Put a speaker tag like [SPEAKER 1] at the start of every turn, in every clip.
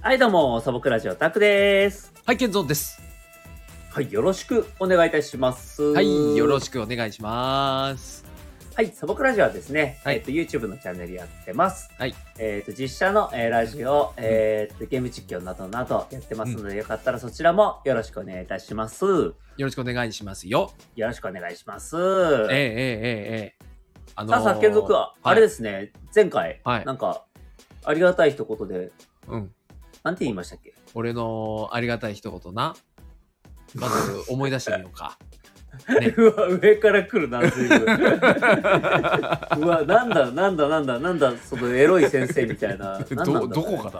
[SPEAKER 1] はい、どうも、素朴ラジオタクです。
[SPEAKER 2] はい、健三です。
[SPEAKER 1] はい、よろしくお願いいたします。
[SPEAKER 2] はい、よろしくお願いします。
[SPEAKER 1] はい、素朴ラジオはですね、
[SPEAKER 2] はい
[SPEAKER 1] えっ、と、YouTube のチャンネルやってます。
[SPEAKER 2] はい。
[SPEAKER 1] えっ、と、実写の、えーラジオ、えっ、と、ゲーム実況などなどやってますので、よかったらそちらもよろしくお願いいたします。よ
[SPEAKER 2] よろしくお願いしますよ。
[SPEAKER 1] ろしくお願いします。
[SPEAKER 2] ええ
[SPEAKER 1] え
[SPEAKER 2] ええええあ。
[SPEAKER 1] さあ、さっきの僕は、あれですすね、前回、
[SPEAKER 2] はい
[SPEAKER 1] なんか、ありがたい一言で、
[SPEAKER 2] うん。
[SPEAKER 1] なんて言いましたっけ
[SPEAKER 2] 俺のありがたい一言な。まず思い出してみようか。ね
[SPEAKER 1] うわ、上から来るな、随分。うわ、なんだ、なんだ、なんだ、なんだ、そのエロい先生みたいな。なんなんだ
[SPEAKER 2] ど、どこか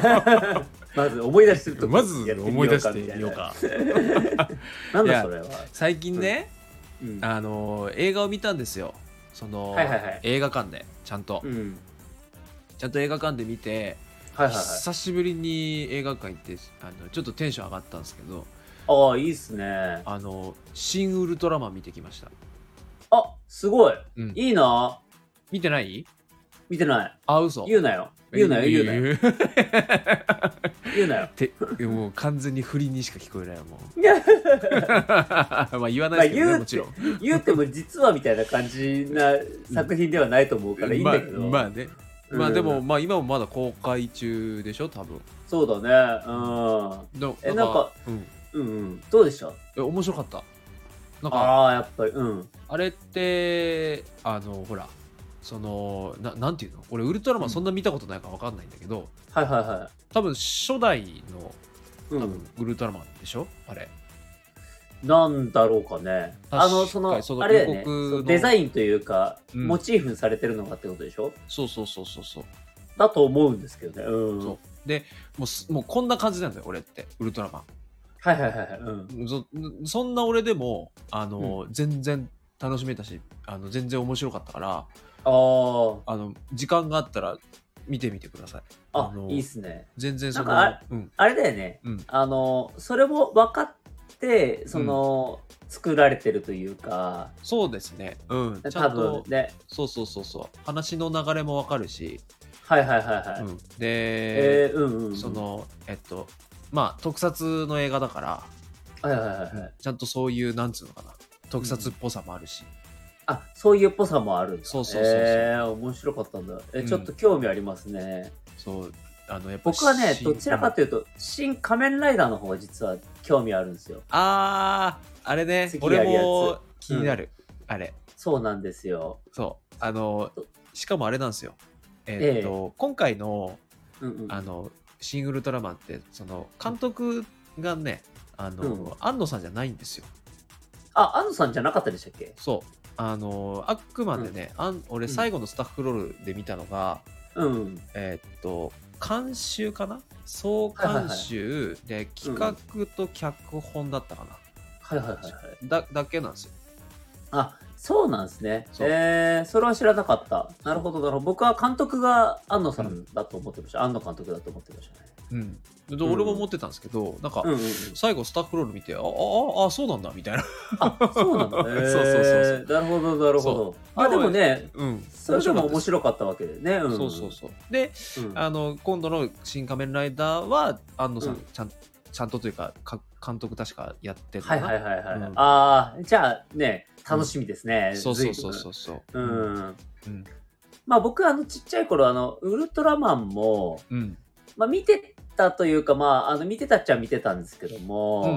[SPEAKER 2] だ。
[SPEAKER 1] まず思い出してるとこ
[SPEAKER 2] まず思い出してみよう。か。
[SPEAKER 1] やってみようかみたいななん
[SPEAKER 2] い
[SPEAKER 1] だ
[SPEAKER 2] や
[SPEAKER 1] それは。
[SPEAKER 2] 最近ね、
[SPEAKER 1] うん
[SPEAKER 2] あの、映画を見たんですよ。その、
[SPEAKER 1] はいはいはい
[SPEAKER 2] 映画館で、ちゃんと
[SPEAKER 1] う。ん。
[SPEAKER 2] ちゃんと映画館で見て、
[SPEAKER 1] はいはいはい。
[SPEAKER 2] 久しぶりに映画館行って、あのちょっとテンション上がったんですけど、
[SPEAKER 1] ああ、いいっすね。
[SPEAKER 2] あの、新ウルトラマン見てきました。
[SPEAKER 1] あ、すごい。
[SPEAKER 2] うん
[SPEAKER 1] いいな。
[SPEAKER 2] 見てない
[SPEAKER 1] 見てない。
[SPEAKER 2] あ、嘘。
[SPEAKER 1] 言うなよ。言うなよ、言うなよ。
[SPEAKER 2] よ。
[SPEAKER 1] 言うなよ。
[SPEAKER 2] て、もう完全に振りにしか聞こえないよもう。
[SPEAKER 1] いや
[SPEAKER 2] まあ言わないですけど
[SPEAKER 1] ま
[SPEAKER 2] ね、
[SPEAKER 1] あ
[SPEAKER 2] もちろん。
[SPEAKER 1] 言うても実はみたいな感じな作品ではないと思うからいいん
[SPEAKER 2] まあ
[SPEAKER 1] だけど。
[SPEAKER 2] まあね。まあ
[SPEAKER 1] うん
[SPEAKER 2] でも、まあ今もまだ公開中でしょ、多分。
[SPEAKER 1] そうだね。うん。
[SPEAKER 2] の
[SPEAKER 1] え
[SPEAKER 2] なんか、うん
[SPEAKER 1] うんうん。どうでした
[SPEAKER 2] え面白かった。なんか、
[SPEAKER 1] ああ、やっぱり。うん。
[SPEAKER 2] あれって、あの、ほら、その、ななんていうの俺、ウルトラマンそんな見たことないからわかんないんだけど、
[SPEAKER 1] はいはいは
[SPEAKER 2] 多分初代の
[SPEAKER 1] い。う
[SPEAKER 2] 多
[SPEAKER 1] ん
[SPEAKER 2] 分。ウルトラマンでしょ、あれ。
[SPEAKER 1] なんだろうかね。あの、そ
[SPEAKER 2] 確か
[SPEAKER 1] の、
[SPEAKER 2] にその
[SPEAKER 1] あれだよ
[SPEAKER 2] 予
[SPEAKER 1] ね。そ
[SPEAKER 2] 告の
[SPEAKER 1] のデザインというか、
[SPEAKER 2] うん
[SPEAKER 1] モチーフにされてるのがってことでしょ
[SPEAKER 2] そうそうそうそうそう。
[SPEAKER 1] だと思うんですけどね。うん。
[SPEAKER 2] そ
[SPEAKER 1] は
[SPEAKER 2] うでもうすもうこんな感じなんだよ俺ってウルトラマ
[SPEAKER 1] いはいはいはい。うん。
[SPEAKER 2] ンそそんな俺でもあの、全然楽しめたしあの全然面白かったから
[SPEAKER 1] あ
[SPEAKER 2] あの時間があったら見てみてください
[SPEAKER 1] あ、あ
[SPEAKER 2] あ、の
[SPEAKER 1] いいっすね。
[SPEAKER 2] 全然その
[SPEAKER 1] なんか
[SPEAKER 2] うん
[SPEAKER 1] あれだよね。
[SPEAKER 2] うん
[SPEAKER 1] あの、それも分かって、その、作られてるというか、
[SPEAKER 2] そうですねうんちゃ
[SPEAKER 1] 多
[SPEAKER 2] んと
[SPEAKER 1] 分ね。
[SPEAKER 2] そうそうそうそう話の流れもわかるし、
[SPEAKER 1] はいはいはいは
[SPEAKER 2] う
[SPEAKER 1] い。
[SPEAKER 2] んで、
[SPEAKER 1] えー、うんうん。
[SPEAKER 2] そ、のえっとまあ特撮の映画だから
[SPEAKER 1] はいはいはいはい。
[SPEAKER 2] ちゃんとそういうなんつうのかな特撮っぽさもあるし、
[SPEAKER 1] あ、そういうっぽさもあるんだ。
[SPEAKER 2] そうそうそうそう
[SPEAKER 1] えー、面白かったんだ。え、
[SPEAKER 2] うん
[SPEAKER 1] ちょっと興味ありますね。
[SPEAKER 2] そうあのやっぱ
[SPEAKER 1] 僕はね、
[SPEAKER 2] 新
[SPEAKER 1] どちらかというと、新仮面ライダーの方が実は興味あるんですよ。
[SPEAKER 2] あーあれね
[SPEAKER 1] 次や
[SPEAKER 2] 俺
[SPEAKER 1] るやつ
[SPEAKER 2] も気になる、あれ
[SPEAKER 1] そうなんですよ。
[SPEAKER 2] そうあのしかもあれなんですよえーっと、今回の
[SPEAKER 1] うんうん。
[SPEAKER 2] あの「シン・ウルトラマン」ってその監督がねあの、
[SPEAKER 1] うん
[SPEAKER 2] 安野さんじゃないんですよ
[SPEAKER 1] あ、安野さんじゃなかったでしたっけ
[SPEAKER 2] そうあのあくまでね、あん俺
[SPEAKER 1] うん
[SPEAKER 2] 最後のスタッフロールで見たのが、
[SPEAKER 1] うん。
[SPEAKER 2] えーっと監修かな総監修で企画と脚本だったかな、
[SPEAKER 1] はいはいはいはい。
[SPEAKER 2] だだけなんですよ
[SPEAKER 1] あ、そうなんですね。
[SPEAKER 2] そう
[SPEAKER 1] えー、それは知らなかった。なるほど、なるほど。僕は監督が安野さんだと思ってました。安野監督だと思ってましたね。
[SPEAKER 2] うん、で俺も思ってたんですけど、なんか、
[SPEAKER 1] うんうんうん。
[SPEAKER 2] 最後スタッフロール見てああああそうなんだみたいな
[SPEAKER 1] あ、 そうなんだ。えー、
[SPEAKER 2] そうそうそう
[SPEAKER 1] なるほど、なるほど
[SPEAKER 2] そ。
[SPEAKER 1] あ、で
[SPEAKER 2] で
[SPEAKER 1] も
[SPEAKER 2] も
[SPEAKER 1] ね、
[SPEAKER 2] うん
[SPEAKER 1] それでも面
[SPEAKER 2] 面白
[SPEAKER 1] 白かったわけでね。
[SPEAKER 2] かった
[SPEAKER 1] うん、
[SPEAKER 2] ですそうそうそうで
[SPEAKER 1] うん。
[SPEAKER 2] あの今度の「新仮面ライダー」は安野さん、
[SPEAKER 1] うん
[SPEAKER 2] ちゃんちゃんとというかか監督確かやってた
[SPEAKER 1] はい
[SPEAKER 2] な
[SPEAKER 1] はいはいはい。
[SPEAKER 2] うん
[SPEAKER 1] ああ、じゃあね、楽しみですね。
[SPEAKER 2] そうそうそう
[SPEAKER 1] 随
[SPEAKER 2] そうそう
[SPEAKER 1] 分うん。
[SPEAKER 2] うん
[SPEAKER 1] まあ僕、あの、ちっちゃい頃、あの、ウルトラマンも、
[SPEAKER 2] うん
[SPEAKER 1] まあ見てたというか、まあ、あの、見てたっちゃ見てたんですけども、
[SPEAKER 2] うんうんう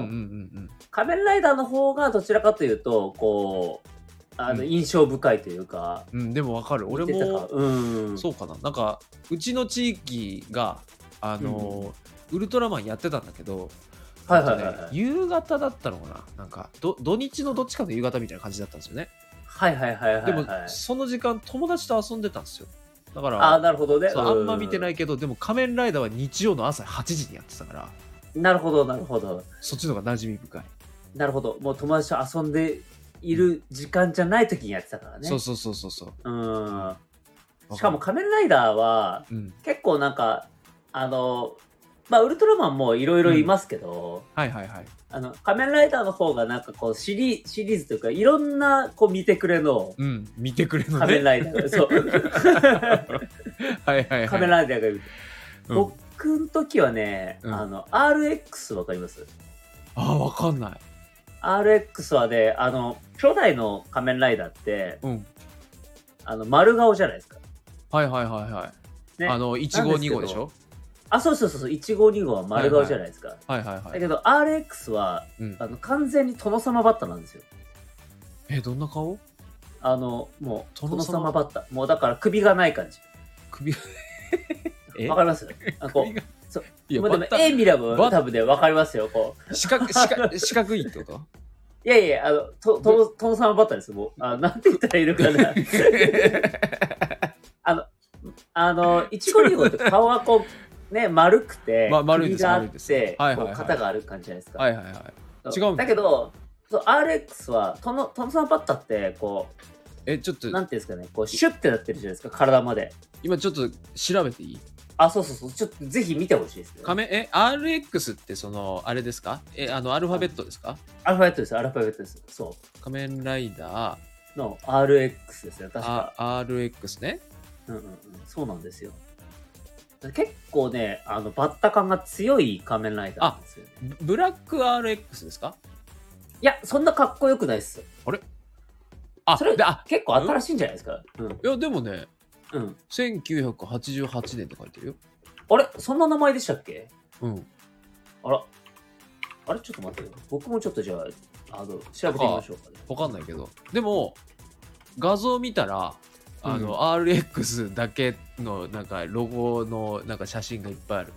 [SPEAKER 2] ん
[SPEAKER 1] 仮面ライダーの方がどちらかというと、こう、あの、
[SPEAKER 2] うん
[SPEAKER 1] 印象深いというか、
[SPEAKER 2] うんうんでもわかる俺
[SPEAKER 1] 見てたか
[SPEAKER 2] も
[SPEAKER 1] うん。
[SPEAKER 2] そうかななんかうちの地域があの、ウルトラマンやってたんだけど、
[SPEAKER 1] はいはいはいはい。
[SPEAKER 2] 夕方だったのかななんかど土日のどっちかの夕方みたいな感じだったんですよね
[SPEAKER 1] はいはいはいはい、
[SPEAKER 2] でも、
[SPEAKER 1] はい。
[SPEAKER 2] その時間友達と遊んでたんですよだか
[SPEAKER 1] ああ、
[SPEAKER 2] ら
[SPEAKER 1] なるほどね。。
[SPEAKER 2] そうあんま見てないいけどでも「仮面ライダー」は日曜の朝8時にやってたから
[SPEAKER 1] なるほど、なるほど。
[SPEAKER 2] そっちの方が馴染み深い、
[SPEAKER 1] なるほど。もう友達と遊んでいる時間じゃない時にやってたからね。
[SPEAKER 2] そうそうそうそうそう
[SPEAKER 1] うん。
[SPEAKER 2] わ
[SPEAKER 1] しかも仮面ライダーは
[SPEAKER 2] るうん
[SPEAKER 1] 結構なんかあのまあウルトラマンもいろいろいますけど、
[SPEAKER 2] はいはいはい
[SPEAKER 1] あの仮面ライダーの方がなんかこうシリシリーズというかいろんなこう見てくれの
[SPEAKER 2] うん見てくれるのね
[SPEAKER 1] 仮面ライダーが、そう
[SPEAKER 2] はいはいはい
[SPEAKER 1] 仮面ライダーがいる、
[SPEAKER 2] うん
[SPEAKER 1] 僕僕の時はね、
[SPEAKER 2] うん
[SPEAKER 1] あの RX わかります
[SPEAKER 2] あーわかんない
[SPEAKER 1] RX はねあの初代の仮面ライダーって
[SPEAKER 2] うん
[SPEAKER 1] あの丸顔じゃないですか
[SPEAKER 2] はいはいはいはい、
[SPEAKER 1] ね
[SPEAKER 2] あの1
[SPEAKER 1] な
[SPEAKER 2] 号
[SPEAKER 1] んです
[SPEAKER 2] 2
[SPEAKER 1] けど
[SPEAKER 2] 号でしょ
[SPEAKER 1] あそうそうそうそう1号2号は丸顔じゃないですか、
[SPEAKER 2] はいはいは
[SPEAKER 1] だ
[SPEAKER 2] い、
[SPEAKER 1] けど RX は
[SPEAKER 2] うん、
[SPEAKER 1] あの完全に殿様バッタなんですよ
[SPEAKER 2] えどんな顔
[SPEAKER 1] あのもう
[SPEAKER 2] 殿様
[SPEAKER 1] 殿様バッタもうだから首がない感じ
[SPEAKER 2] 首 がえ
[SPEAKER 1] わかりますあこ
[SPEAKER 2] 首が
[SPEAKER 1] そう
[SPEAKER 2] いうや
[SPEAKER 1] もう
[SPEAKER 2] バ
[SPEAKER 1] で
[SPEAKER 2] ッ
[SPEAKER 1] も
[SPEAKER 2] タ
[SPEAKER 1] 絵見れば
[SPEAKER 2] バッ
[SPEAKER 1] 多分ねわかりますよこう
[SPEAKER 2] 四角四角四角いって こと
[SPEAKER 1] いやいやあのと殿殿様バッタですもう あなんて言ったらいいのかなあのあの一号二号って顔がこうね丸くて、
[SPEAKER 2] ま丸いで
[SPEAKER 1] 首
[SPEAKER 2] す
[SPEAKER 1] があ
[SPEAKER 2] 丸い
[SPEAKER 1] っ
[SPEAKER 2] です
[SPEAKER 1] て、
[SPEAKER 2] はいはいは
[SPEAKER 1] こ
[SPEAKER 2] い
[SPEAKER 1] う肩がある感じじゃないですか、
[SPEAKER 2] はいはいはい
[SPEAKER 1] そう
[SPEAKER 2] 違うんだ
[SPEAKER 1] だけどそう RX は殿殿様バッタってこう
[SPEAKER 2] えちょっと
[SPEAKER 1] なんていうんですかね、こうシュッてなってるじゃないですか、体まで。
[SPEAKER 2] 今ちょっと調べていい
[SPEAKER 1] あ、そうそうそう、ちょっとぜひ見てほしいですね。
[SPEAKER 2] 仮面え RX ってそのあれですかえあのアルファベットですか
[SPEAKER 1] アルファベットです、アルファベットです。そ
[SPEAKER 2] 仮面ライダー
[SPEAKER 1] う。の RX ですね、確か。
[SPEAKER 2] あ RX ね
[SPEAKER 1] うんうんうん、そうなんですよ。結構ね、あのバッタ感が強い仮面ライダーなんですよね。
[SPEAKER 2] ブブラック RX ですか
[SPEAKER 1] いや、そんなかっこよくないっすよ。
[SPEAKER 2] あ
[SPEAKER 1] それ
[SPEAKER 2] であ
[SPEAKER 1] 結構新しいんじゃないですか。うん。
[SPEAKER 2] いやでもね
[SPEAKER 1] うん。
[SPEAKER 2] 1988年って書いてるよ
[SPEAKER 1] あれそんな名前でしたっけ
[SPEAKER 2] うん
[SPEAKER 1] あら。あれちょっと待ってよ。僕もちょっとじゃあ、あの、調べてみましょうかね。
[SPEAKER 2] わかんないけどでも画像見たらあの、
[SPEAKER 1] うん
[SPEAKER 2] RX だけのなんかロゴのなんか写真がいっぱいある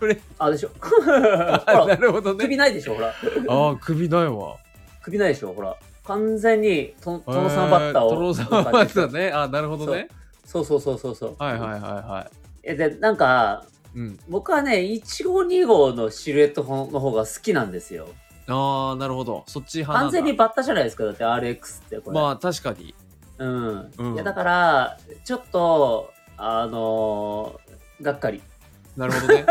[SPEAKER 2] これ
[SPEAKER 1] あ、でしょ。 ほら
[SPEAKER 2] な、るほどね
[SPEAKER 1] 首ないでしょ、ほら。
[SPEAKER 2] ああ首ないわ
[SPEAKER 1] 首ないでしょほら完全にトントノサンバッターを
[SPEAKER 2] えートロサンバッターねあーなるほどね
[SPEAKER 1] そうそうそうそうそう
[SPEAKER 2] はいは
[SPEAKER 1] い
[SPEAKER 2] いはいは
[SPEAKER 1] えでなんか
[SPEAKER 2] いうん
[SPEAKER 1] 僕はね1号2号のシルエットの方が好きなんですよ
[SPEAKER 2] ああなるほどそっち派なん
[SPEAKER 1] 完全
[SPEAKER 2] だ
[SPEAKER 1] にバッタじゃないですかだって RX ってこれ、
[SPEAKER 2] まあ確かに
[SPEAKER 1] うん、
[SPEAKER 2] うん
[SPEAKER 1] いやだからちょっとあのーがっかり
[SPEAKER 2] なるほ どね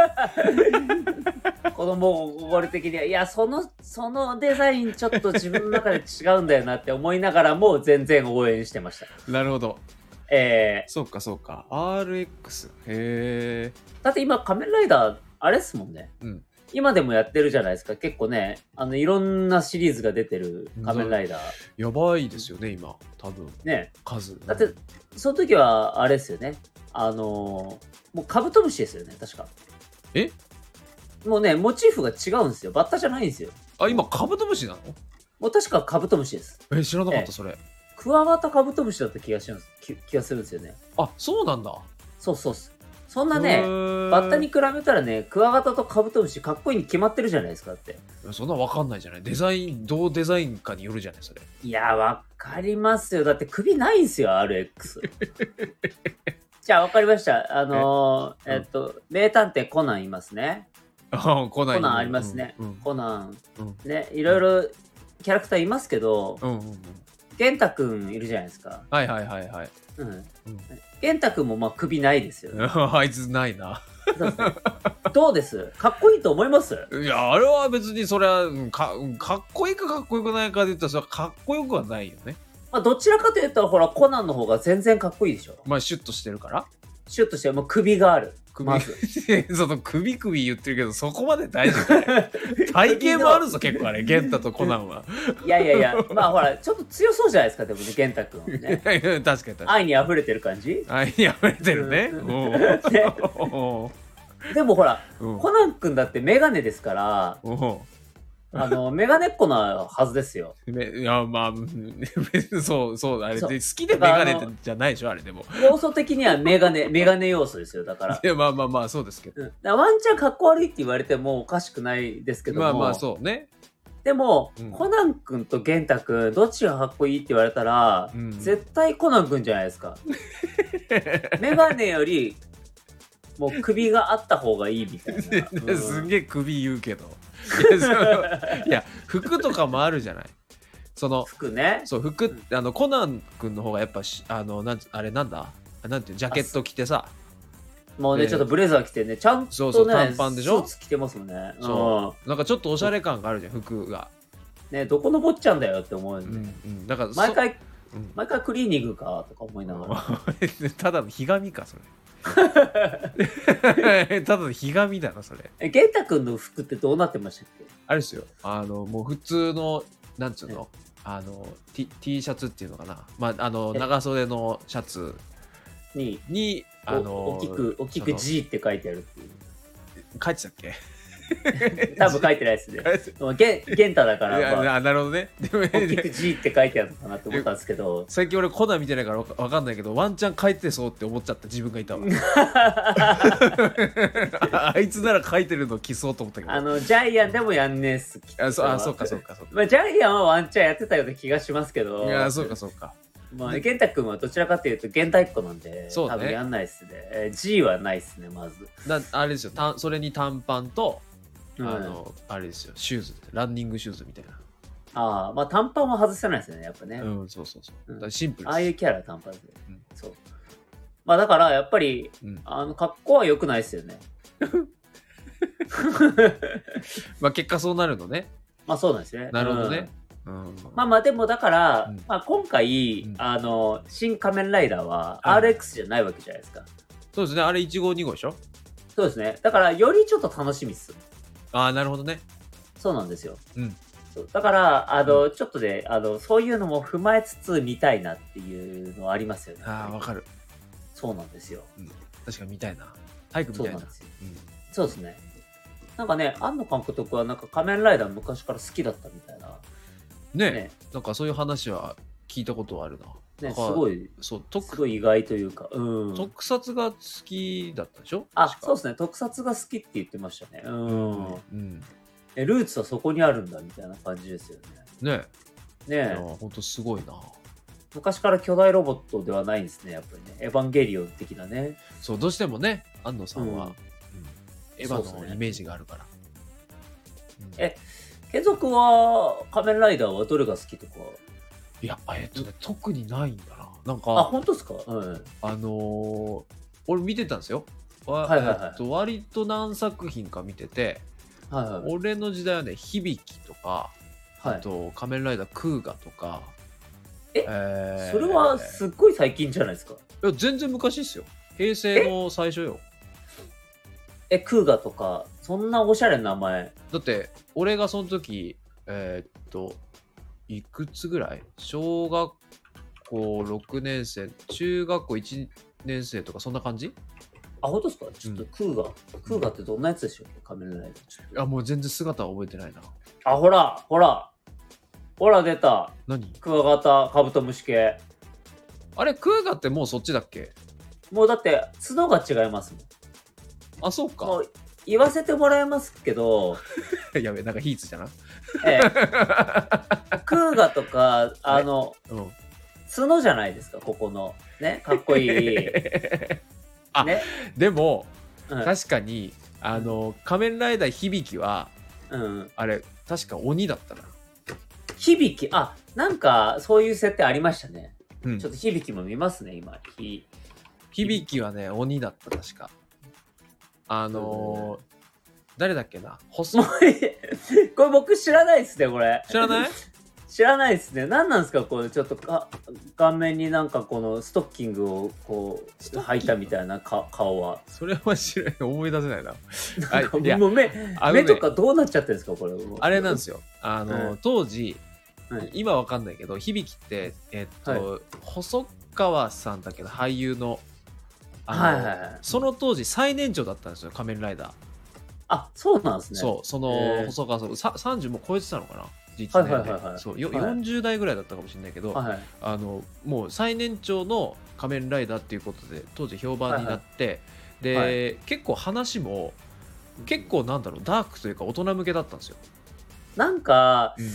[SPEAKER 1] 子供を溺れ的にはいやそのそのデザインちょっと自分の中で違うんだよなって思いながらも全然応援してました
[SPEAKER 2] なるほど
[SPEAKER 1] え
[SPEAKER 2] そうかそうか RX へえ
[SPEAKER 1] ー、だって今仮面ライダーあれっすもんね
[SPEAKER 2] うん
[SPEAKER 1] 今でもやってるじゃないですか結構ねあのいろんなシリーズが出てる仮面ライダー
[SPEAKER 2] やばいですよね今多分
[SPEAKER 1] ね
[SPEAKER 2] 数
[SPEAKER 1] だってその時はあれですよねあのーもうカブトムシですよね確か
[SPEAKER 2] え
[SPEAKER 1] もうねモチーフが違うんですよバッタじゃないんですよ
[SPEAKER 2] あ今カブトムシなの
[SPEAKER 1] もう確かカブトムシです
[SPEAKER 2] え知らなかっ
[SPEAKER 1] ええ
[SPEAKER 2] たそれ
[SPEAKER 1] クワガタカブトムシだった気がします気気がするんですよね
[SPEAKER 2] あそうなんだ
[SPEAKER 1] そうそうっすそん
[SPEAKER 2] そ
[SPEAKER 1] なねバ
[SPEAKER 2] バ
[SPEAKER 1] ッタに比べたらねクワガタとカブトムシかっこいいに決まってるじゃないですかだって
[SPEAKER 2] そんなわかんないじゃないデザインどうデザインかによるじゃな いそれ
[SPEAKER 1] いや、わかりますよ。だって首ないんすよ、RX。じゃあ、わかりました。あのー
[SPEAKER 2] え
[SPEAKER 1] えっと、名探偵コナンいますね。
[SPEAKER 2] ああコナン
[SPEAKER 1] コナンありますね
[SPEAKER 2] うんうん
[SPEAKER 1] コナン
[SPEAKER 2] うん。
[SPEAKER 1] ね、いろいろキャラクターいますけど、
[SPEAKER 2] うんうんうん
[SPEAKER 1] 玄太くんいるじゃないですか。
[SPEAKER 2] はいはいはいはい
[SPEAKER 1] うん。玄太くんもまあ首ないですよ。
[SPEAKER 2] あいつないな
[SPEAKER 1] そうですねどうですかっこいいと思います
[SPEAKER 2] いやあれは別にそれはうんかうんかっこいいかかっこよくないかで言ったらそれはかっこよくはないよね
[SPEAKER 1] まあ、どちらかというと、ほら、コナンの方が全然かっこいいでしょ。
[SPEAKER 2] まあシュッとしてるから
[SPEAKER 1] シュッとして、もう首がある。
[SPEAKER 2] 首、
[SPEAKER 1] まず
[SPEAKER 2] その首首言ってるけどそこまで大丈夫だ よ体型もあるぞ結構あれ玄太とコナンは
[SPEAKER 1] い やいやいや、まあほら、ちょっと強そうじゃないですか、でもね、玄太くんはね。
[SPEAKER 2] 確かに確かに
[SPEAKER 1] 愛に溢れてる感じ
[SPEAKER 2] あやめてるね
[SPEAKER 1] うん
[SPEAKER 2] お
[SPEAKER 1] ね
[SPEAKER 2] うお
[SPEAKER 1] でもほら
[SPEAKER 2] ううん
[SPEAKER 1] コナン君だってメガネですから
[SPEAKER 2] お
[SPEAKER 1] あ のメガネっ子なはずですよ
[SPEAKER 2] うめいやまあ うん別にそうそうあれで
[SPEAKER 1] そ
[SPEAKER 2] 好
[SPEAKER 1] う
[SPEAKER 2] きでメガネってじゃないでしょあれでも
[SPEAKER 1] 要素的にはメガネ メガネ要素ですよだから
[SPEAKER 2] いやまあまあまあそうですけど
[SPEAKER 1] うんだからワンチャンかっこ悪いって言われてもおかしくないですけども、
[SPEAKER 2] まあまあそうね
[SPEAKER 1] でも、
[SPEAKER 2] うん
[SPEAKER 1] コナン君と玄太君どっちがかっこいいって言われたら、
[SPEAKER 2] うん
[SPEAKER 1] 絶対コナン君じゃないです かメガネよりもう首があった方がいいみたい な、うん
[SPEAKER 2] すんげえ首言うけどいやそのいや服とかもあるじゃないその
[SPEAKER 1] 服ね
[SPEAKER 2] そう服ってあのコナン君の方がやっぱしあのなんつあれなんだあなんていうジャケット着てさ
[SPEAKER 1] もうね、
[SPEAKER 2] ええ
[SPEAKER 1] ちょっとブレザー着てねちゃんとね
[SPEAKER 2] そうそう短パンでしょ
[SPEAKER 1] スーツ着てますもんね
[SPEAKER 2] そなんかちょっとおしゃれ感があるじゃん服が、
[SPEAKER 1] うんねどこの坊ちゃんだよって思う
[SPEAKER 2] うんんう
[SPEAKER 1] で、
[SPEAKER 2] ん、だからそ
[SPEAKER 1] 毎、回
[SPEAKER 2] うん
[SPEAKER 1] 毎回クリーニングかとか思いながら
[SPEAKER 2] ただのひがみかそれただのひがみだなそれ
[SPEAKER 1] え、玄太くんの服ってどうなってましたっけ
[SPEAKER 2] あれですよあのもう普通のなんつうのあの T, T シャツっていうのかな、まあ、あの
[SPEAKER 1] え
[SPEAKER 2] 長袖のシャツ
[SPEAKER 1] に、
[SPEAKER 2] に
[SPEAKER 1] お
[SPEAKER 2] あの
[SPEAKER 1] 大きく、大きく
[SPEAKER 2] そ
[SPEAKER 1] G って書いてあるっていう。
[SPEAKER 2] の書いてたっけ
[SPEAKER 1] 多分書いてないです ね。 まあ、げん玄太だから、
[SPEAKER 2] いや
[SPEAKER 1] まあ、
[SPEAKER 2] ななるほどねでも。
[SPEAKER 1] 大きく G って書いてあるのかなって思ったんですけど
[SPEAKER 2] 最近俺コナン見てないからわかわかんないけどワンチャン書いてそうって思っちゃった自分が いたわああいつなら書いてるの着そうと思ったけど
[SPEAKER 1] あの、ジャイアンでもやんねえっす。
[SPEAKER 2] あそあそうかそうかそうか
[SPEAKER 1] まあ、ジャイアンはワンチャンやってたような気がしますけど。
[SPEAKER 2] いやそうかそうか
[SPEAKER 1] まあ、玄太くんはどちらかというと、現代っ子なんで、
[SPEAKER 2] そうね
[SPEAKER 1] 多分やんないっすね。えー G はないっすね、まず。
[SPEAKER 2] なあれですよたそれに短パンとあ
[SPEAKER 1] うん
[SPEAKER 2] の、あれですよシューズランニングシューズみたい
[SPEAKER 1] ああ、まあ短パンは外せないですよね、やっぱね。
[SPEAKER 2] なうんそうそうそう
[SPEAKER 1] うん
[SPEAKER 2] だからシンプル
[SPEAKER 1] ああいうキャラは短パンですよ、
[SPEAKER 2] うん
[SPEAKER 1] そう。まあだから、やっぱり、
[SPEAKER 2] うん
[SPEAKER 1] あの、格好は良くないですよね。
[SPEAKER 2] まあ結果そうなるのね
[SPEAKER 1] まあそうなんですね。
[SPEAKER 2] なるほど
[SPEAKER 1] うん
[SPEAKER 2] ねうん
[SPEAKER 1] まあまあでもだから、
[SPEAKER 2] うん
[SPEAKER 1] まあ今回、
[SPEAKER 2] うん
[SPEAKER 1] あの、新仮面ライダーは
[SPEAKER 2] はい
[SPEAKER 1] RX じゃないわけじゃないですか。
[SPEAKER 2] そうですねあれ1号2号でしょ
[SPEAKER 1] そうですね。だから、よりちょっと楽しみっす。
[SPEAKER 2] ああなるほどね
[SPEAKER 1] そうなんですよ。
[SPEAKER 2] うん
[SPEAKER 1] そうだから、あの、ちょっとね、あの、そういうのも踏まえつつ見たいなっていうのはありますよね。
[SPEAKER 2] ああわかる
[SPEAKER 1] そうなんですよ。
[SPEAKER 2] 確かに見たいな早く見
[SPEAKER 1] そう
[SPEAKER 2] たい
[SPEAKER 1] な
[SPEAKER 2] なん
[SPEAKER 1] ですよ。
[SPEAKER 2] うん
[SPEAKER 1] そうですね。なんかね、庵野監督はなんか仮面ライダー昔から好きだったみたいな。
[SPEAKER 2] ね
[SPEAKER 1] ね、
[SPEAKER 2] なんかそういう話は聞いたことはあるな。
[SPEAKER 1] ね
[SPEAKER 2] なん
[SPEAKER 1] す
[SPEAKER 2] か
[SPEAKER 1] ごい、
[SPEAKER 2] そう特
[SPEAKER 1] すごい意外というか。うん。
[SPEAKER 2] 特撮が好きだったでしょ
[SPEAKER 1] あ、そう
[SPEAKER 2] う
[SPEAKER 1] ですね。特撮が好きって言ってましたね。う。
[SPEAKER 2] うんん。
[SPEAKER 1] えルーツはそこにあるんだみたいな感じですよね。
[SPEAKER 2] ねえ、い
[SPEAKER 1] ね
[SPEAKER 2] や
[SPEAKER 1] え、
[SPEAKER 2] ほんとすごいな。
[SPEAKER 1] 昔から巨大ロボットではないんですね、やっぱりね。エヴァンゲリオン的なね。
[SPEAKER 2] そう、どうしてもね、安藤さんは、
[SPEAKER 1] うん
[SPEAKER 2] うんエヴ
[SPEAKER 1] そ
[SPEAKER 2] ァ
[SPEAKER 1] うっ
[SPEAKER 2] の
[SPEAKER 1] すね
[SPEAKER 2] イメージがあるから。うん
[SPEAKER 1] えケンゾくは仮面ライダーはどれが好きとか。
[SPEAKER 2] いや、えっとね、特にないんだな。なん
[SPEAKER 1] あ、
[SPEAKER 2] か、
[SPEAKER 1] 本当ですかうん。
[SPEAKER 2] あのー俺見てたんですよ。わ
[SPEAKER 1] はいはいはい
[SPEAKER 2] えっと割と何作品か見てて、
[SPEAKER 1] はいはい。
[SPEAKER 2] 俺の時代はね、響きとか、
[SPEAKER 1] は
[SPEAKER 2] あ
[SPEAKER 1] い、
[SPEAKER 2] と「仮面ライダークーガ」とか
[SPEAKER 1] え
[SPEAKER 2] えー
[SPEAKER 1] それはいすっごい最近じゃないですか。
[SPEAKER 2] や全然昔っすよ平成の最初よ
[SPEAKER 1] え、クーガとか、そんなおしゃれな名前。
[SPEAKER 2] だって俺がその時えーっといくつぐらい小学校6年生中学校1年生とかそんな感じ
[SPEAKER 1] あ、本当ですかちょっとクーガ、クーガってどんなやつでしょう仮面ライダーちょっ
[SPEAKER 2] あもう全然姿は覚えてないな
[SPEAKER 1] と。あ、ほら、ほら。ほら、出た。
[SPEAKER 2] 何
[SPEAKER 1] クワガタ、カブトムシ系。
[SPEAKER 2] あれクーガってもうそっちだっけ
[SPEAKER 1] もうだって、角が違いますもん。
[SPEAKER 2] あそうか
[SPEAKER 1] もう、言わせてもらいますけど、
[SPEAKER 2] やべなんかヒーツじゃな
[SPEAKER 1] え え、クーガとか、あの、
[SPEAKER 2] うん
[SPEAKER 1] 角じゃないですか、ここの。ね、かっこいい。ね、
[SPEAKER 2] あでも
[SPEAKER 1] うん
[SPEAKER 2] 確かにあの仮面ライダー響きは
[SPEAKER 1] うん。
[SPEAKER 2] あれ、確か鬼だったな。
[SPEAKER 1] 響き、あ、なんか、そういう設定ありましたね。
[SPEAKER 2] うん
[SPEAKER 1] ちょっと響きも見ますね、今。ひ
[SPEAKER 2] 響きはね、鬼だった、確か。あのー、誰だっけな細
[SPEAKER 1] もういいこれ僕知らないですね、これ。
[SPEAKER 2] 知らない
[SPEAKER 1] 知らないですね。何なんですか、これ。ちょっとか顔面になんかこのストッキングをこ
[SPEAKER 2] ス
[SPEAKER 1] う、
[SPEAKER 2] トッキング
[SPEAKER 1] 履いたみたいなか顔は。
[SPEAKER 2] それは知らない。思い出せないな。
[SPEAKER 1] なんか
[SPEAKER 2] いや
[SPEAKER 1] もう目、
[SPEAKER 2] あのね
[SPEAKER 1] 目とかどうなっちゃってるんですか、これ。
[SPEAKER 2] あれなんですすよ。あのー
[SPEAKER 1] うん
[SPEAKER 2] 当時、
[SPEAKER 1] はい
[SPEAKER 2] 今わかんないけど、響きって、えっと、
[SPEAKER 1] は
[SPEAKER 2] 細川さんだけど、俳優の、あの
[SPEAKER 1] はいはいはい。
[SPEAKER 2] その当時最年長だったんですよ、仮面ライダー。
[SPEAKER 1] あ、そうなんですね。
[SPEAKER 2] そう、そ
[SPEAKER 1] へ
[SPEAKER 2] の
[SPEAKER 1] ー
[SPEAKER 2] 細川さん、さ30も超えてたのかな実年
[SPEAKER 1] はいはいはいは
[SPEAKER 2] 齢
[SPEAKER 1] い
[SPEAKER 2] そうよ
[SPEAKER 1] はい
[SPEAKER 2] 40代ぐらいだったかもしれないけど、
[SPEAKER 1] はい。
[SPEAKER 2] あのもう最年長の仮面ライダーっていうことで当時評判になって、で、結構話も結構なんだろうダークというか大人向けだったんですよ。
[SPEAKER 1] なんか、
[SPEAKER 2] うん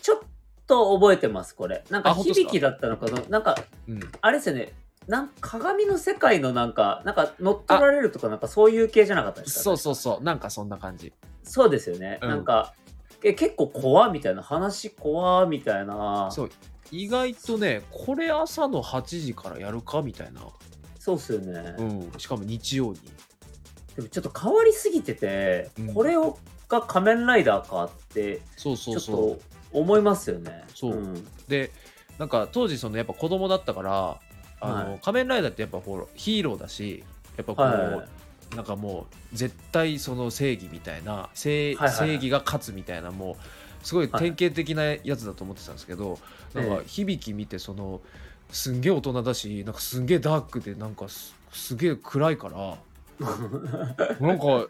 [SPEAKER 1] ちょっと覚えてます、これ。なんか
[SPEAKER 2] あ本当です
[SPEAKER 1] 響
[SPEAKER 2] か
[SPEAKER 1] きだったのかな。なんか、
[SPEAKER 2] うん
[SPEAKER 1] あれですよね。なん鏡の世界のなんか、なんか乗っ取られるとか、なんかそういう系じゃなかったですか、
[SPEAKER 2] そうそうそうなんかそんな感じ。
[SPEAKER 1] そうですよね。
[SPEAKER 2] うん
[SPEAKER 1] なんか、え結構怖みたいな、話怖みたいな。
[SPEAKER 2] そう意外とねこれ朝の8時からやるかみたいな、
[SPEAKER 1] そうっすよね、
[SPEAKER 2] うん、しかも日曜に。
[SPEAKER 1] でもちょっと変わりすぎてて、
[SPEAKER 2] うん
[SPEAKER 1] これをが仮面ライダーかって、
[SPEAKER 2] そう
[SPEAKER 1] ち
[SPEAKER 2] そ
[SPEAKER 1] ょ
[SPEAKER 2] う
[SPEAKER 1] っ
[SPEAKER 2] そう
[SPEAKER 1] と思いますよね。
[SPEAKER 2] そうんでなんか当時そのやっぱ子供だったからあの、
[SPEAKER 1] は
[SPEAKER 2] 仮面ライダーってやっぱほらヒーローだしやっぱこう、
[SPEAKER 1] は
[SPEAKER 2] なんかもう絶対その正義みたいな正,、
[SPEAKER 1] はいはいはい
[SPEAKER 2] 正義が勝つみたいなもうすごい典型的なやつだと思ってたんですけど、なんか響き見てそのすんげえ大人だしなんかすんげえダークでなんかすすげえ暗いからなん か。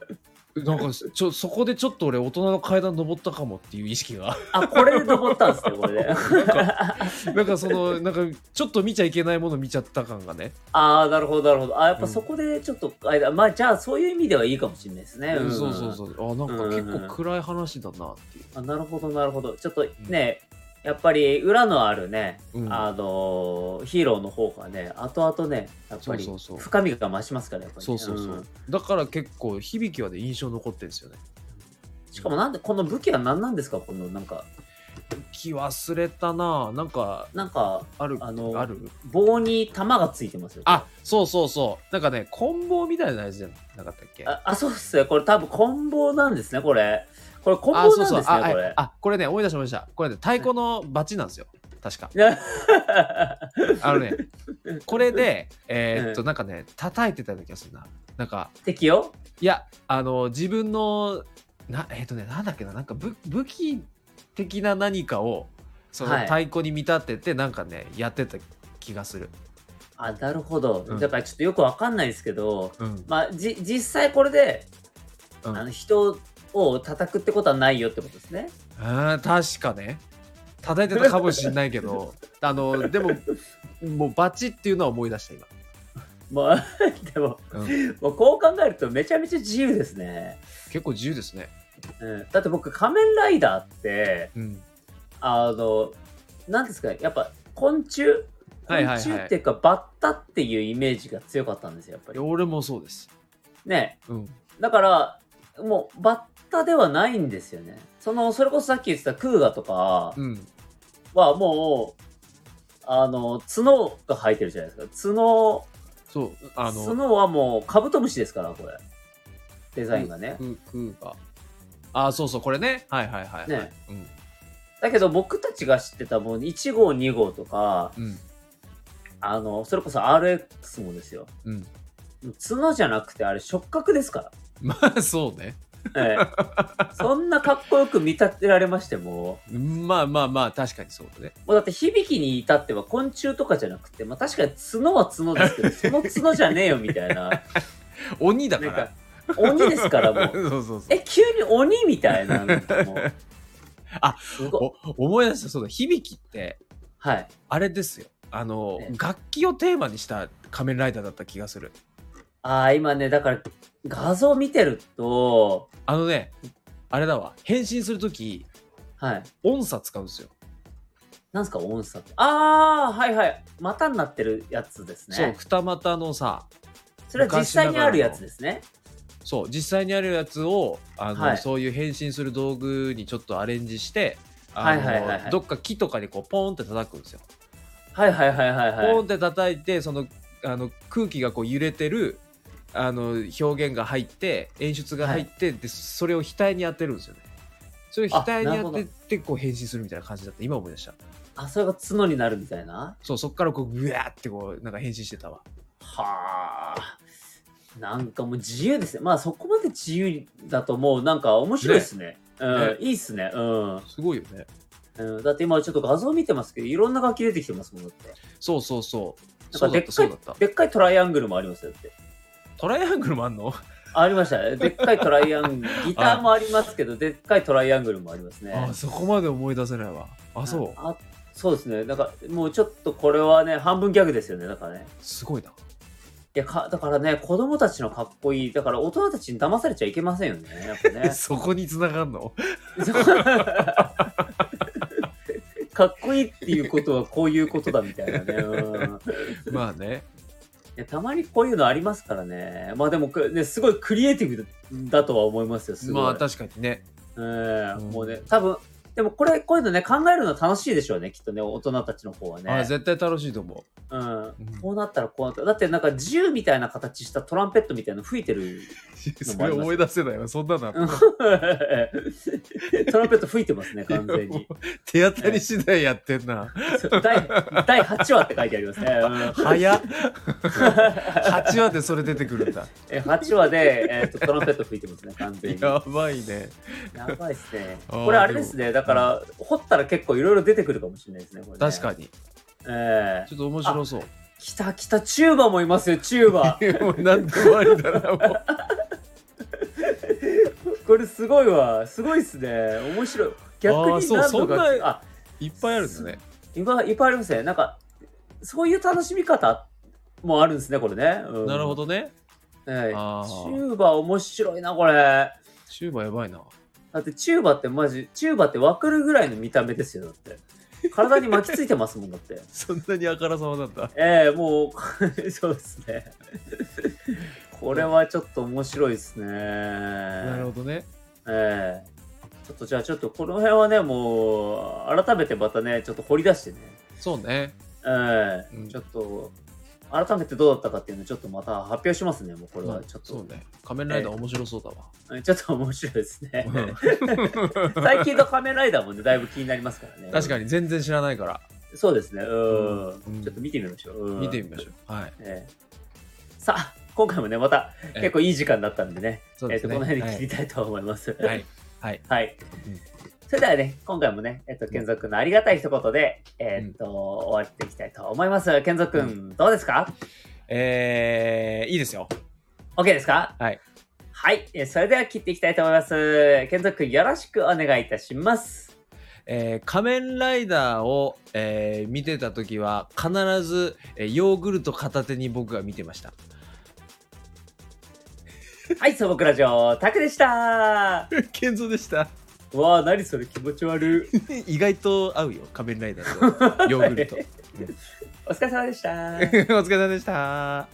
[SPEAKER 2] なんかちょそこでちょっと俺大人の階段登ったかもっていう意識が
[SPEAKER 1] あ、これで登ったんですね、これで。
[SPEAKER 2] なんかそのなんかちょっと見ちゃいけないもの見ちゃった感がね
[SPEAKER 1] ああ、なるほど、なるほど。あやっぱそこでちょっと、あれだまあ、じゃあ、そういう意味ではいいかもしれないですね。ん
[SPEAKER 2] そうそうそうあなんか結構暗い話だなっていう、
[SPEAKER 1] あなるほど、なるほど。ちょっとね、やっぱり裏のあるね、
[SPEAKER 2] うん
[SPEAKER 1] あのーヒーローの方がね、後々ね、やっぱり
[SPEAKER 2] そうそうそう
[SPEAKER 1] 深みが増しますから、やっぱり
[SPEAKER 2] そ
[SPEAKER 1] ね、
[SPEAKER 2] うそうそう、
[SPEAKER 1] ん
[SPEAKER 2] だから結構響きはね印象残ってるんですよね
[SPEAKER 1] しかも、なんで、この武器は何なんですかこの、なんか、
[SPEAKER 2] 気忘れたななんか
[SPEAKER 1] なんか、
[SPEAKER 2] ある
[SPEAKER 1] あの
[SPEAKER 2] ある
[SPEAKER 1] 棒に玉がついてますよ。
[SPEAKER 2] あそうそうそうなんかね棍棒みたいなやつじゃなかったっけ
[SPEAKER 1] あ、あそうっすよ。これ多分、棍棒なんですね、これ。これ、棍棒
[SPEAKER 2] あ
[SPEAKER 1] なん
[SPEAKER 2] そう
[SPEAKER 1] です
[SPEAKER 2] そ
[SPEAKER 1] ね
[SPEAKER 2] う、あ
[SPEAKER 1] こ
[SPEAKER 2] あ
[SPEAKER 1] れ。
[SPEAKER 2] あこれね思い出しましたこれね太鼓のバチなんですよ確かあのねこれでえーっと、
[SPEAKER 1] う
[SPEAKER 2] なんかね叩いてたような気がするななんか
[SPEAKER 1] 敵よ
[SPEAKER 2] いやあの自分のなえっ、とねなんだっけななんか武武器的な何かをその
[SPEAKER 1] はい
[SPEAKER 2] 太鼓に見立ててなんかねやってた気がする、
[SPEAKER 1] あ、なるほど。
[SPEAKER 2] うん
[SPEAKER 1] だからちょっとよくわかんないですけど、
[SPEAKER 2] うん
[SPEAKER 1] まあ、じ、実際これで、
[SPEAKER 2] うん
[SPEAKER 1] あの、人を叩くってことはないよってことですね。
[SPEAKER 2] あー確かね叩いてたかもしんないけ どあのでももうバチっていうのは思い出した今、
[SPEAKER 1] まあ、 でも、
[SPEAKER 2] うん
[SPEAKER 1] もうこう考えるとめちゃめちゃ自由ですね。
[SPEAKER 2] 結構自由ですね、
[SPEAKER 1] うん、だって僕、仮面ライダーって、
[SPEAKER 2] うん、
[SPEAKER 1] あの、なんですかね、やっぱ昆虫
[SPEAKER 2] は
[SPEAKER 1] 昆
[SPEAKER 2] いはいはい
[SPEAKER 1] 虫っていうか、バッタっていうイメージが強かったんですよ、やっぱ
[SPEAKER 2] い
[SPEAKER 1] り
[SPEAKER 2] や。俺もそうです、
[SPEAKER 1] ね。
[SPEAKER 2] うん、
[SPEAKER 1] だから、もう、バッタではないんですよね。その、それこそさっき言ってたクーガとか
[SPEAKER 2] うん
[SPEAKER 1] はもう、あの、角が生えてるじゃないですか。角、
[SPEAKER 2] そうあの
[SPEAKER 1] 角はもうカブトムシですから、これ。デザインがね。
[SPEAKER 2] ククーがあーそうそうこれねはいはいはいはい、
[SPEAKER 1] ね
[SPEAKER 2] うん
[SPEAKER 1] だけど僕たちが知ってたもう1号2号とか、
[SPEAKER 2] うん
[SPEAKER 1] あの、それこそ RX もですよ。
[SPEAKER 2] うん
[SPEAKER 1] 角じゃなくてあれ触覚ですか
[SPEAKER 2] まあ そうね
[SPEAKER 1] ら。え え、そんなかっこよく見立てられましても、
[SPEAKER 2] まあまあまあ確かにそうだね
[SPEAKER 1] もうだって響きに至っては昆虫とかじゃなくて、まあ確かに角は角ですけど、その角じゃねえよみたい な。
[SPEAKER 2] 鬼だか、
[SPEAKER 1] なんから鬼ですからもう。
[SPEAKER 2] そうそうそう
[SPEAKER 1] え、急に鬼みたいな。なんかもう
[SPEAKER 2] あ、
[SPEAKER 1] すごい。
[SPEAKER 2] お思い出したそうだ響きって
[SPEAKER 1] はい。
[SPEAKER 2] あれですよあの、
[SPEAKER 1] ね
[SPEAKER 2] 楽器をテーマにした仮面ライダーだった気がする
[SPEAKER 1] ああ、今ね、だから画像見てると、
[SPEAKER 2] あのねあれだわ変身する時
[SPEAKER 1] はい。
[SPEAKER 2] 音叉使うんですよ、
[SPEAKER 1] なんすか、音叉って。ああ、はいはい。股になってるやつです
[SPEAKER 2] そう
[SPEAKER 1] ね。
[SPEAKER 2] 二股のさ
[SPEAKER 1] それは実際にあるやつですね。
[SPEAKER 2] そう実際にあるやつをあの、
[SPEAKER 1] はい
[SPEAKER 2] そういう変身する道具にちょっとアレンジしてあの
[SPEAKER 1] はいはいはいはい
[SPEAKER 2] どっか木とかにこうポンって叩くんですよ、
[SPEAKER 1] はいはいはいはい
[SPEAKER 2] ポ
[SPEAKER 1] は
[SPEAKER 2] ンって叩いてそのあの空気がこう揺れてるあの表現が入って演出が入って、でそれを額に当てるんですよねそれを額
[SPEAKER 1] あな
[SPEAKER 2] に
[SPEAKER 1] る
[SPEAKER 2] 当
[SPEAKER 1] ほど
[SPEAKER 2] ててこう変身するみたいな感じだった今思い出した
[SPEAKER 1] い。あ、それが角になるみたいな。
[SPEAKER 2] そうそっからこうグワーってこうなんか変身してたわ
[SPEAKER 1] はあ。なんかもう自由ですね。まあそこまで自由だともうなんか面白いですね。うん、
[SPEAKER 2] ね
[SPEAKER 1] いいっすね、うん、
[SPEAKER 2] すごいよね
[SPEAKER 1] うん。だって今ちょっと画像見てますけど、いろんな楽器出てきてますもんだって。
[SPEAKER 2] そうそうそう
[SPEAKER 1] な
[SPEAKER 2] そ
[SPEAKER 1] ん
[SPEAKER 2] う
[SPEAKER 1] かで
[SPEAKER 2] だっ
[SPEAKER 1] ったか
[SPEAKER 2] そう
[SPEAKER 1] い
[SPEAKER 2] だった、
[SPEAKER 1] でっかいトライアングルもありますよだって。
[SPEAKER 2] トライアングルもあんの
[SPEAKER 1] ありました ね。でっかいトライアングル、ギターもありますけど、でっかいトライアングルもありますね。
[SPEAKER 2] あそこまで思い出せないわあそう
[SPEAKER 1] あそうですね。だから、もうちょっとこれはね、半分ギャグですよね。だからね。
[SPEAKER 2] すごいない
[SPEAKER 1] や、かだからね、子供たちのかっこいい、だから大人たちに騙されちゃいけませんよね。やっぱね。
[SPEAKER 2] そこに繋が んの
[SPEAKER 1] かっこいいっていうことはこういうことだみたいなね。うん
[SPEAKER 2] まあね
[SPEAKER 1] いやたまにこういうのありますからね。まあでもく、ね、すごいクリエイティブだとは思いますよ。すごい。
[SPEAKER 2] まあ確かにね
[SPEAKER 1] うん
[SPEAKER 2] うん
[SPEAKER 1] もうね、多分でもこれ、こういうのね、考えるの楽しいでしょうね、きっとね、大人たちの方は
[SPEAKER 2] あ
[SPEAKER 1] ね。
[SPEAKER 2] 絶対楽しいと思う
[SPEAKER 1] うん
[SPEAKER 2] ん。
[SPEAKER 1] こうなったらこうなっただってなんか銃みたいな形したトランペットみたいなの吹いてる。
[SPEAKER 2] それ思い出せないわそんなのあった
[SPEAKER 1] うんトランペット吹いてますね、完全に。
[SPEAKER 2] 手当たり次第やってんな
[SPEAKER 1] そう第第8話って書いてありますね。うん
[SPEAKER 2] 早っ8話でそれ出てくるんだ
[SPEAKER 1] え8話で、えーとトランペット吹いてますね、完全に。
[SPEAKER 2] やばいね
[SPEAKER 1] やばいですね。
[SPEAKER 2] あー
[SPEAKER 1] これあれですね。だから、掘ったら結構いろいろ出てくるかもしれないですね。これね
[SPEAKER 2] 確かに
[SPEAKER 1] ええ
[SPEAKER 2] ちょっと面白そう。
[SPEAKER 1] きたきた、チューバもいますよ、チューバ
[SPEAKER 2] もう何で終わりだなもう
[SPEAKER 1] これすごいわ。すごいっすね。面白い。逆
[SPEAKER 2] あー
[SPEAKER 1] に
[SPEAKER 2] そう
[SPEAKER 1] 何度
[SPEAKER 2] そんな
[SPEAKER 1] か、あ、
[SPEAKER 2] いっぱいあるんだね
[SPEAKER 1] いっぱいいっぱいありますね。なんか、そういう楽しみ方もあるんですね、これね。うん
[SPEAKER 2] なるほ。どね
[SPEAKER 1] ええ
[SPEAKER 2] あー
[SPEAKER 1] チューバ面白いな、これ。
[SPEAKER 2] シューバやばいな
[SPEAKER 1] だってチューバってマジ、チューバってわかるぐらいの見た目ですよ、だって。体に巻きついてますもんだって。
[SPEAKER 2] そんなにあからさまだった
[SPEAKER 1] ええもう、 そうですね。これはちょっと面白いですね。な
[SPEAKER 2] なるほどね
[SPEAKER 1] ええちょっとじゃあちょっとこの辺はね、もう、改めてまたね、ちょっと掘り出してね。
[SPEAKER 2] そうね
[SPEAKER 1] ええ
[SPEAKER 2] うん
[SPEAKER 1] ちょっと、改めてどうだったかっていうのをちょっとまた発表しますね、もうこれは。ちょっと、
[SPEAKER 2] そうね仮面ライダー面白そうだわ
[SPEAKER 1] えちょっと面白いですね。
[SPEAKER 2] う ん
[SPEAKER 1] 最近の仮面ライダーもね、だいぶ気になりますからね。
[SPEAKER 2] 確かに全然知らないから
[SPEAKER 1] そうですね。うん。
[SPEAKER 2] うん
[SPEAKER 1] ちょっと見てみましょう。うん
[SPEAKER 2] 見てみましょうはい
[SPEAKER 1] えーさあ、今回もね、また
[SPEAKER 2] えー
[SPEAKER 1] 結構いい時間だったんでね、
[SPEAKER 2] そう
[SPEAKER 1] えー
[SPEAKER 2] です
[SPEAKER 1] と
[SPEAKER 2] ね
[SPEAKER 1] この辺で切りたいと思います。
[SPEAKER 2] はいはい
[SPEAKER 1] はい
[SPEAKER 2] うん
[SPEAKER 1] それではね、今回もね、えっ、と、健三くんのありがたい一言で、えっ、と、終わっていきたいと思います。健三くん、どうですか
[SPEAKER 2] えーいいですよ
[SPEAKER 1] ?OK ですか
[SPEAKER 2] はい。
[SPEAKER 1] はい、えーそれでは切っていきたいと思います。健三くん、よろしくお願いいたし ます。
[SPEAKER 2] えー仮面ライダーを、えー見てた時は必ず、えーヨーグルト片手に僕が見てました
[SPEAKER 1] はい、素朴ラジオ、タクで した。
[SPEAKER 2] 健三でした
[SPEAKER 1] うわあ、何それ気持ち悪い。
[SPEAKER 2] 意外と合うよ仮面ライダーとヨーグルト
[SPEAKER 1] お疲れ様でした。
[SPEAKER 2] お疲れ様でした